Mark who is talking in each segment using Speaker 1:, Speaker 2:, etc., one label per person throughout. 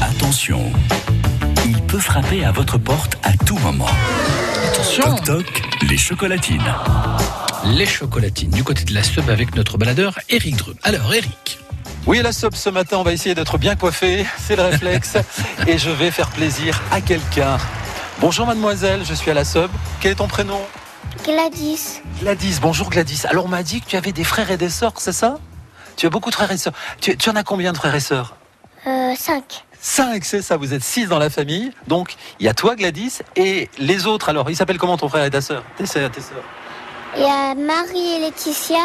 Speaker 1: Attention, il peut frapper à votre porte à tout moment.
Speaker 2: Attention
Speaker 1: Toc toc, les chocolatines.
Speaker 2: Les chocolatines du côté de la sub avec notre baladeur Eric Dreux. Alors Eric,
Speaker 3: Oui, la SOP ce matin, on va essayer d'être bien coiffé, c'est le réflexe, et je vais faire plaisir à quelqu'un. Bonjour mademoiselle, je suis à la SOP. Quel est ton prénom
Speaker 4: Gladys,
Speaker 3: Gladys. Bonjour Gladys. Alors on m'a dit que tu avais des frères et des sœurs, c'est ça Tu as beaucoup de frères et sœurs. Tu, tu en as combien de frères et sœurs
Speaker 4: euh, 5.
Speaker 3: Cinq, c'est ça, vous êtes six dans la famille. Donc il y a toi Gladys et les autres. Alors, ils s'appellent comment ton frère et ta sœur Tes sœurs, tes sœurs
Speaker 4: Il y a Marie et Laetitia.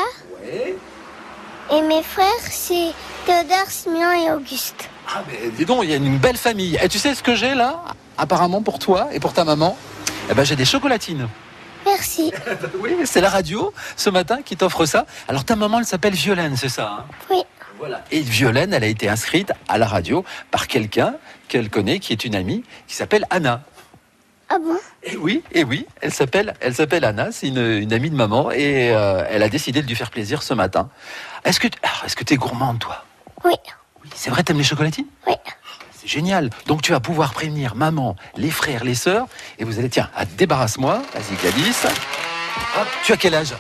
Speaker 4: Et mes frères, c'est Théodore, Simeon et Auguste.
Speaker 3: Ah, mais dis donc, il y a une belle famille. Et tu sais ce que j'ai là Apparemment pour toi et pour ta maman Eh ben, j'ai des chocolatines.
Speaker 4: Merci.
Speaker 3: Oui, c'est la radio ce matin qui t'offre ça. Alors ta maman, elle s'appelle Violaine, c'est ça hein
Speaker 4: Oui.
Speaker 3: Voilà. Et Violaine, elle a été inscrite à la radio par quelqu'un qu'elle connaît, qui est une amie, qui s'appelle Anna.
Speaker 4: Ah bon
Speaker 3: Et oui, et oui, elle s'appelle, elle s'appelle Anna, c'est une, une amie de maman et euh, elle a décidé de lui faire plaisir ce matin. Est-ce que, t- alors, est-ce que t'es gourmande toi
Speaker 4: Oui.
Speaker 3: Oui, c'est vrai, t'aimes les chocolatines
Speaker 4: Oui.
Speaker 3: C'est génial. Donc tu vas pouvoir prévenir maman, les frères, les sœurs et vous allez tiens, ah, débarrasse-moi, vas-y Gladys. Hop, tu as quel âge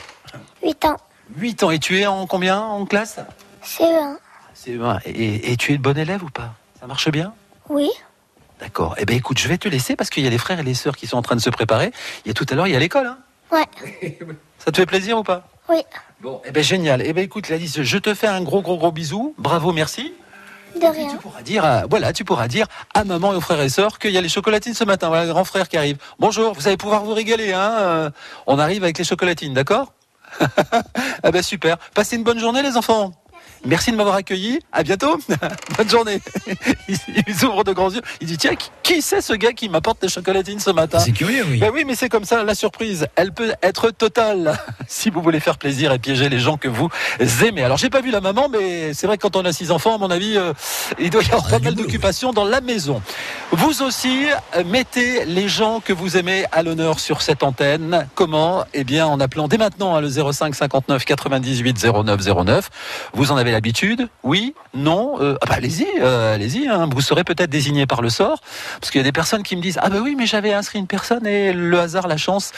Speaker 4: 8 ans.
Speaker 3: 8 ans et tu es en combien en classe
Speaker 4: C'est 1.
Speaker 3: C'est vrai. Et, et tu es bon élève ou pas Ça marche bien
Speaker 4: Oui.
Speaker 3: D'accord. Eh ben écoute, je vais te laisser parce qu'il y a les frères et les sœurs qui sont en train de se préparer. Il y a tout à l'heure, il y a l'école. hein.
Speaker 4: Ouais.
Speaker 3: Ça te fait plaisir ou pas
Speaker 4: Oui.
Speaker 3: Bon, eh ben génial. Eh ben écoute, Gladys, je te fais un gros, gros, gros bisou. Bravo, merci.
Speaker 4: De
Speaker 3: Et tu
Speaker 4: rien.
Speaker 3: pourras dire, à- voilà, tu pourras dire à maman et aux frères et sœurs qu'il y a les chocolatines ce matin. Voilà, le grand frère qui arrive. Bonjour, vous allez pouvoir vous régaler. Hein euh, on arrive avec les chocolatines, d'accord Ah ben super. Passez une bonne journée, les enfants. Merci de m'avoir accueilli. À bientôt. Bonne journée. Ils ils ouvrent de grands yeux. Ils disent tiens, qui c'est ce gars qui m'apporte les chocolatines ce matin
Speaker 2: c'est curieux, oui.
Speaker 3: ben oui, mais c'est comme ça, la surprise, elle peut être totale si vous voulez faire plaisir et piéger les gens que vous aimez. Alors, j'ai pas vu la maman, mais c'est vrai que quand on a six enfants, à mon avis, euh, il doit y avoir pas
Speaker 2: du
Speaker 3: mal
Speaker 2: boulot,
Speaker 3: d'occupations dans la maison. Vous aussi, euh, mettez les gens que vous aimez à l'honneur sur cette antenne. Comment Eh bien, en appelant dès maintenant hein, le 05 59 98 09 09. Vous en avez l'habitude Oui Non Euh, ah bah, Allez-y, euh, allez-y. hein. Vous serez peut-être désigné par le sort. Parce qu'il y a des personnes qui me disent Ah ben oui, mais j'avais inscrit une personne et le hasard, la chance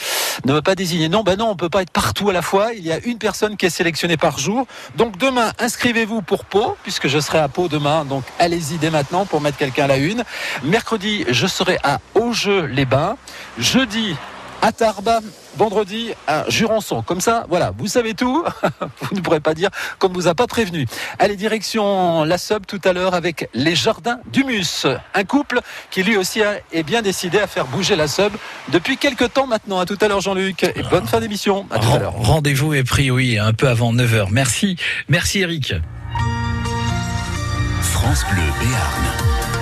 Speaker 3: ne m'a pas désigné. Non, ben non, on peut pas être partout à la fois. Il y a une personne qui est sélectionnée par jour. Donc demain, inscrivez-vous pour Pau, puisque je serai à Pau demain. Donc allez-y dès maintenant pour mettre quelqu'un à la une. Mercredi, je serai à Augeux-les-Bains. Jeudi, à Tarbes. Vendredi, à Jurançon. Comme ça, voilà, vous savez tout. vous ne pourrez pas dire qu'on ne vous a pas prévenu. Allez, direction la sub tout à l'heure avec les jardins d'Humus. Un couple qui lui aussi a- est bien décidé à faire bouger la sub depuis quelques temps maintenant. À tout à l'heure, Jean-Luc. Et bonne fin d'émission. À tout à l'heure.
Speaker 2: Ren- Rendez-vous est pris, oui, un peu avant 9h. Merci, merci Eric.
Speaker 1: France Bleu Béarn.